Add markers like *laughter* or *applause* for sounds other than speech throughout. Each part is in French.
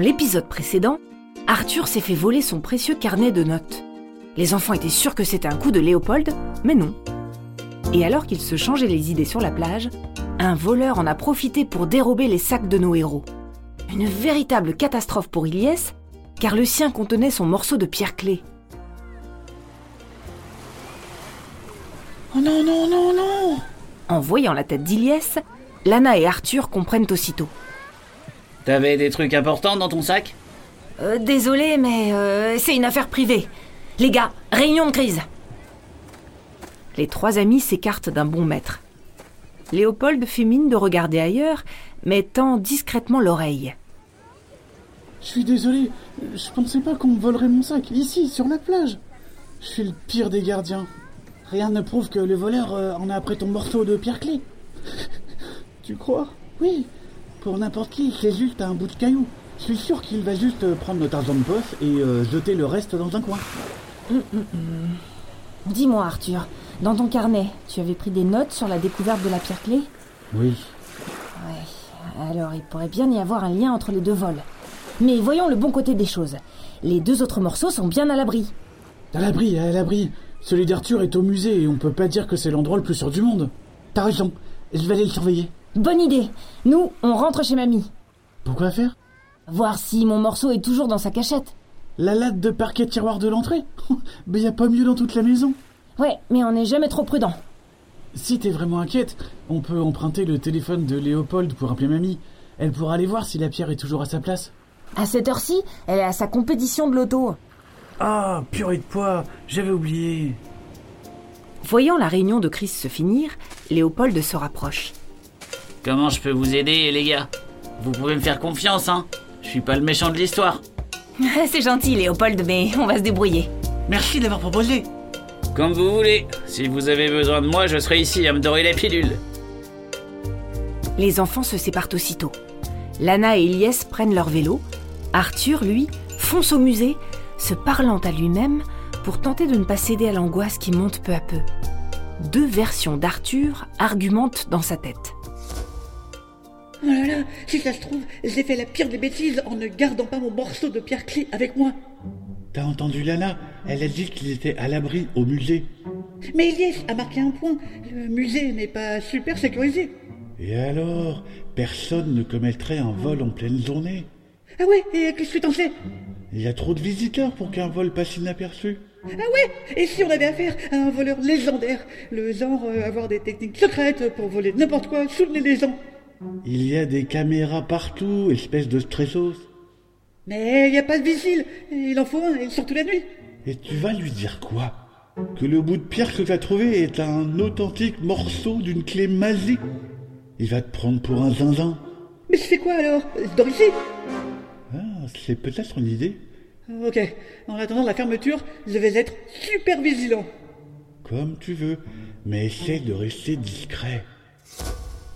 l'épisode précédent, Arthur s'est fait voler son précieux carnet de notes. Les enfants étaient sûrs que c'était un coup de Léopold, mais non. Et alors qu'ils se changeaient les idées sur la plage, un voleur en a profité pour dérober les sacs de nos héros. Une véritable catastrophe pour Ilyes, car le sien contenait son morceau de pierre-clé. Oh non, non, non, non En voyant la tête d'Ilyes, Lana et Arthur comprennent aussitôt. T'avais des trucs importants dans ton sac Euh, désolé, mais euh, c'est une affaire privée. Les gars, réunion de crise. Les trois amis s'écartent d'un bon mètre. Léopold fait mine de regarder ailleurs, mais tend discrètement l'oreille. Je suis désolé, je pensais pas qu'on me volerait mon sac, ici, sur la plage. Je suis le pire des gardiens. Rien ne prouve que le voleur euh, en a après ton morceau de pierre-clé. *laughs* tu crois Oui. Pour n'importe qui, c'est juste un bout de caillou. Je suis sûr qu'il va juste euh, prendre notre argent de poche et euh, jeter le reste dans un coin. Dis-moi, Arthur, dans ton carnet, tu avais pris des notes sur la découverte de la pierre clé Oui. Ouais, alors il pourrait bien y avoir un lien entre les deux vols. Mais voyons le bon côté des choses. Les deux autres morceaux sont bien à l'abri. À l'abri, à l'abri. Celui d'Arthur est au musée et on peut pas dire que c'est l'endroit le plus sûr du monde. T'as raison, je vais aller le surveiller. Bonne idée Nous, on rentre chez mamie. Pourquoi faire Voir si mon morceau est toujours dans sa cachette. La latte de parquet tiroir de l'entrée *laughs* Mais y a pas mieux dans toute la maison. Ouais, mais on n'est jamais trop prudent. Si t'es vraiment inquiète, on peut emprunter le téléphone de Léopold pour appeler mamie. Elle pourra aller voir si la pierre est toujours à sa place. À cette heure-ci, elle est à sa compétition de l'auto. Ah, purée de poids, j'avais oublié. Voyant la réunion de crise se finir, Léopold se rapproche. Comment je peux vous aider, les gars Vous pouvez me faire confiance, hein Je suis pas le méchant de l'histoire. *laughs* c'est gentil, Léopold, mais on va se débrouiller. Merci d'avoir proposé. Comme vous voulez. Si vous avez besoin de moi, je serai ici à me dorer la pilule. Les enfants se séparent aussitôt. Lana et Ilyes prennent leur vélo. Arthur, lui, fonce au musée, se parlant à lui-même pour tenter de ne pas céder à l'angoisse qui monte peu à peu. Deux versions d'Arthur argumentent dans sa tête. Oh là là, si ça se trouve, j'ai fait la pire des bêtises en ne gardant pas mon morceau de pierre-clé avec moi. T'as entendu Lana Elle a dit qu'ils étaient à l'abri au musée. Mais Elias a marqué un point. Le musée n'est pas super sécurisé. Et alors Personne ne commettrait un vol en pleine journée. Ah ouais, et qu'est-ce que t'en sais Il y a trop de visiteurs pour qu'un vol passe inaperçu. Ah ouais Et si on avait affaire à un voleur légendaire Le genre euh, avoir des techniques secrètes pour voler n'importe quoi sous le nez des gens. Il y a des caméras partout, espèce de stressos. Mais il n'y a pas de vigile. Il en faut un, et surtout la nuit. Et tu vas lui dire quoi Que le bout de pierre que t'as trouvé est un authentique morceau d'une clé magique Il va te prendre pour un zinzin. Mais c'est quoi alors Je dors ici Ah, c'est peut-être une idée. Ok, en attendant la fermeture, je vais être super vigilant. Comme tu veux, mais essaie de rester discret.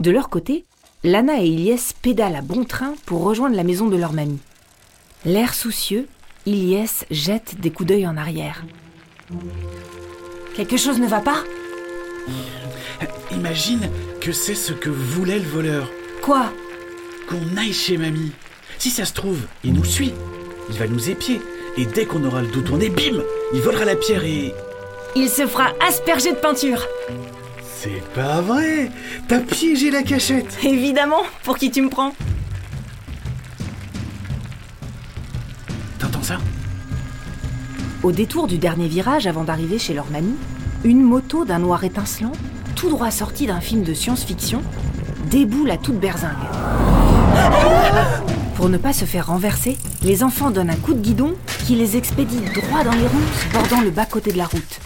De leur côté, Lana et Ilyes pédalent à bon train pour rejoindre la maison de leur mamie. L'air soucieux, Ilyes jette des coups d'œil en arrière. Quelque chose ne va pas Imagine que c'est ce que voulait le voleur, Quoi qu'on aille chez mamie. Si ça se trouve, il nous suit. Il va nous épier. Et dès qu'on aura le dos tourné, bim Il volera la pierre et... Il se fera asperger de peinture C'est pas vrai T'as piégé la cachette Évidemment, pour qui tu me prends T'entends ça Au détour du dernier virage avant d'arriver chez leur mamie, une moto d'un noir étincelant, tout droit sortie d'un film de science-fiction, déboule à toute berzingue. Pour ne pas se faire renverser, les enfants donnent un coup de guidon qui les expédie droit dans les ronces bordant le bas-côté de la route.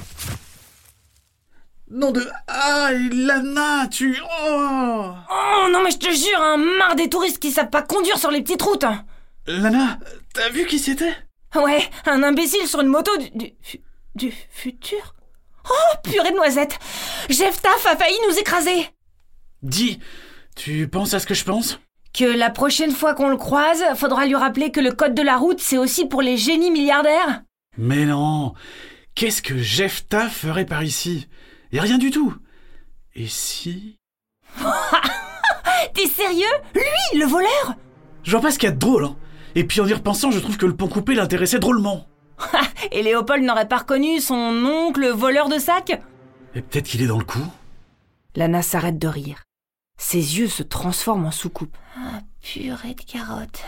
Non de... Ah, Lana, tu... Oh Oh non mais je te jure, hein, marre des touristes qui savent pas conduire sur les petites routes hein. Lana, t'as vu qui c'était Ouais, un imbécile sur une moto du... du, fu- du futur Oh purée de noisettes Jeff Taff a failli nous écraser Dis, tu penses à ce que je pense Que la prochaine fois qu'on le croise, faudra lui rappeler que le code de la route, c'est aussi pour les génies milliardaires. Mais non Qu'est-ce que Jefta ferait par ici Et rien du tout Et si... T'es sérieux Lui, le voleur Je vois pas ce qu'il y a de drôle, hein. Et puis en y repensant, je trouve que le pont coupé l'intéressait drôlement. Et Léopold n'aurait pas reconnu son oncle voleur de sac Et peut-être qu'il est dans le coup. Lana s'arrête de rire. Ses yeux se transforment en soucoupe. Ah, Purée de carottes.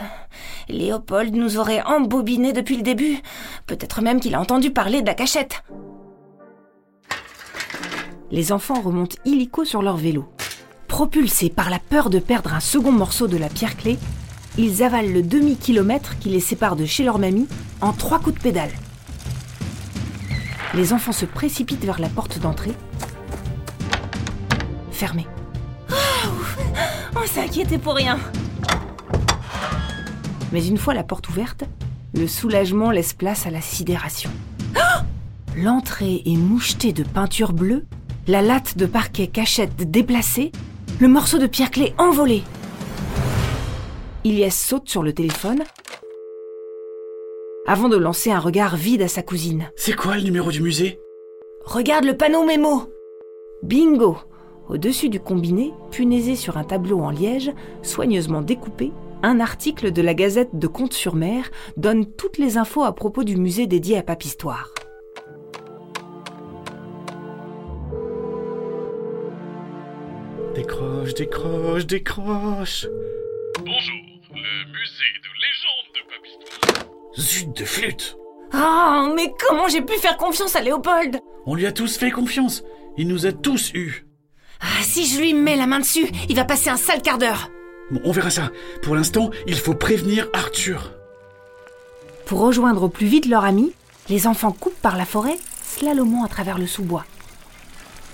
Léopold nous aurait embobinés depuis le début. Peut-être même qu'il a entendu parler de la cachette. Les enfants remontent illico sur leur vélo. Propulsés par la peur de perdre un second morceau de la pierre clé, ils avalent le demi-kilomètre qui les sépare de chez leur mamie en trois coups de pédale. Les enfants se précipitent vers la porte d'entrée. Fermée. Oh, On s'inquiétait pour rien. Mais une fois la porte ouverte, le soulagement laisse place à la sidération. *gasps* L'entrée est mouchetée de peinture bleue, la latte de parquet cachette déplacée, le morceau de pierre-clé envolé. Ilias saute sur le téléphone avant de lancer un regard vide à sa cousine. C'est quoi le numéro du musée Regarde le panneau mémo. Bingo Au-dessus du combiné, punaisé sur un tableau en liège, soigneusement découpé, un article de la Gazette de Comte-sur-Mer donne toutes les infos à propos du musée dédié à Papistoire. Décroche, décroche, décroche. Bonjour, le musée de légende de Papistoire. Zut de flûte Ah, mais comment j'ai pu faire confiance à Léopold On lui a tous fait confiance. Il nous a tous eus. Ah, si je lui mets la main dessus, il va passer un sale quart d'heure. Bon, on verra ça. Pour l'instant, il faut prévenir Arthur. Pour rejoindre au plus vite leur ami, les enfants coupent par la forêt, slalomant à travers le sous-bois.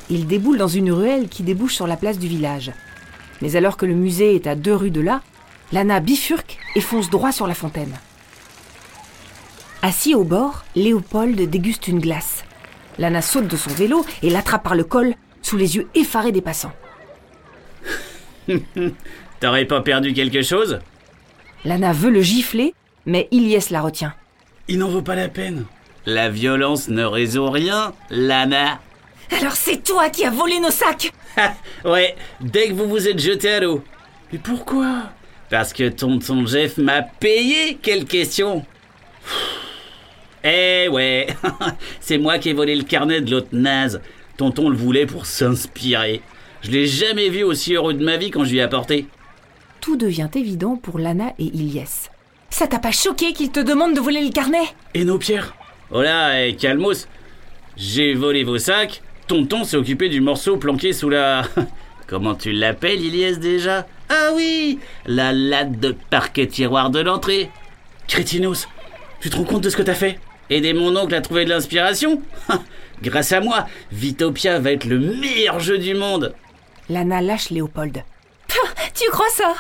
Ils déboulent dans une ruelle qui débouche sur la place du village. Mais alors que le musée est à deux rues de là, Lana bifurque et fonce droit sur la fontaine. Assis au bord, Léopold déguste une glace. Lana saute de son vélo et l'attrape par le col, sous les yeux effarés des passants. T'aurais pas perdu quelque chose Lana veut le gifler, mais Ilyes la retient. Il n'en vaut pas la peine. La violence ne résout rien, Lana. Alors c'est toi qui as volé nos sacs Ah, *laughs* ouais, dès que vous vous êtes jeté à l'eau. Mais pourquoi Parce que tonton Jeff m'a payé, quelle question Eh ouais, *laughs* c'est moi qui ai volé le carnet de l'autre naze. Tonton le voulait pour s'inspirer. Je l'ai jamais vu aussi heureux de ma vie quand je lui ai apporté. Tout devient évident pour Lana et Ilyes. Ça t'a pas choqué qu'il te demande de voler le carnet Et nos pierres Oh là, eh, calmos. J'ai volé vos sacs. Tonton s'est occupé du morceau planqué sous la... *laughs* Comment tu l'appelles, Iliès, déjà Ah oui La latte de parquet tiroir de l'entrée. Crétinos, tu te rends compte de ce que t'as fait Aider mon oncle à trouver de l'inspiration *laughs* Grâce à moi, Vitopia va être le meilleur jeu du monde Lana lâche Léopold. Tu crois ça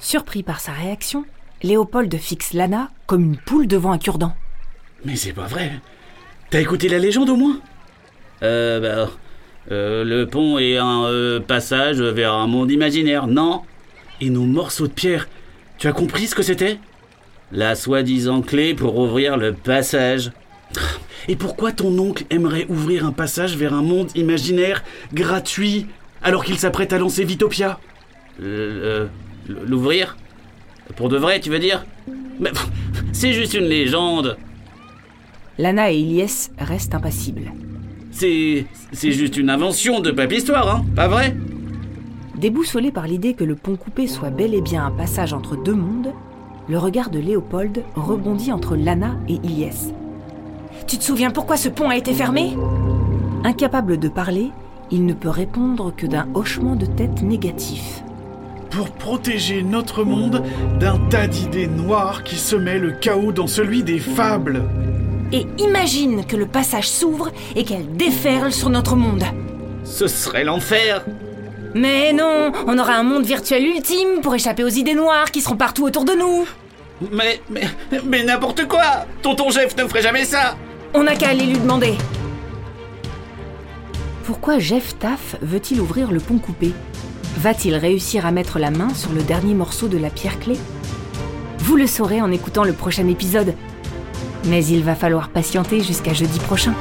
Surpris par sa réaction, Léopold fixe Lana comme une poule devant un cure-dent. Mais c'est pas vrai. T'as écouté la légende au moins Euh, bah... euh, le pont est un euh, passage vers un monde imaginaire, non Et nos morceaux de pierre, tu as compris ce que c'était La soi-disant clé pour ouvrir le passage. Et pourquoi ton oncle aimerait ouvrir un passage vers un monde imaginaire gratuit alors qu'il s'apprête à lancer Vitopia Euh, euh, L'ouvrir Pour de vrai, tu veux dire Mais pff, c'est juste une légende. Lana et Ilyes restent impassibles. C'est c'est juste une invention de Papistoire, hein Pas vrai Déboussolé par l'idée que le pont coupé soit bel et bien un passage entre deux mondes, le regard de Léopold rebondit entre Lana et Ilyes. Tu te souviens pourquoi ce pont a été fermé Incapable de parler, il ne peut répondre que d'un hochement de tête négatif. Pour protéger notre monde d'un tas d'idées noires qui semaient le chaos dans celui des fables. Et imagine que le passage s'ouvre et qu'elle déferle sur notre monde. Ce serait l'enfer Mais non, on aura un monde virtuel ultime pour échapper aux idées noires qui seront partout autour de nous. Mais, mais, mais n'importe quoi Tonton Jeff ne ferait jamais ça On n'a qu'à aller lui demander. Pourquoi Jeff Taff veut-il ouvrir le pont coupé Va-t-il réussir à mettre la main sur le dernier morceau de la pierre clé Vous le saurez en écoutant le prochain épisode. Mais il va falloir patienter jusqu'à jeudi prochain.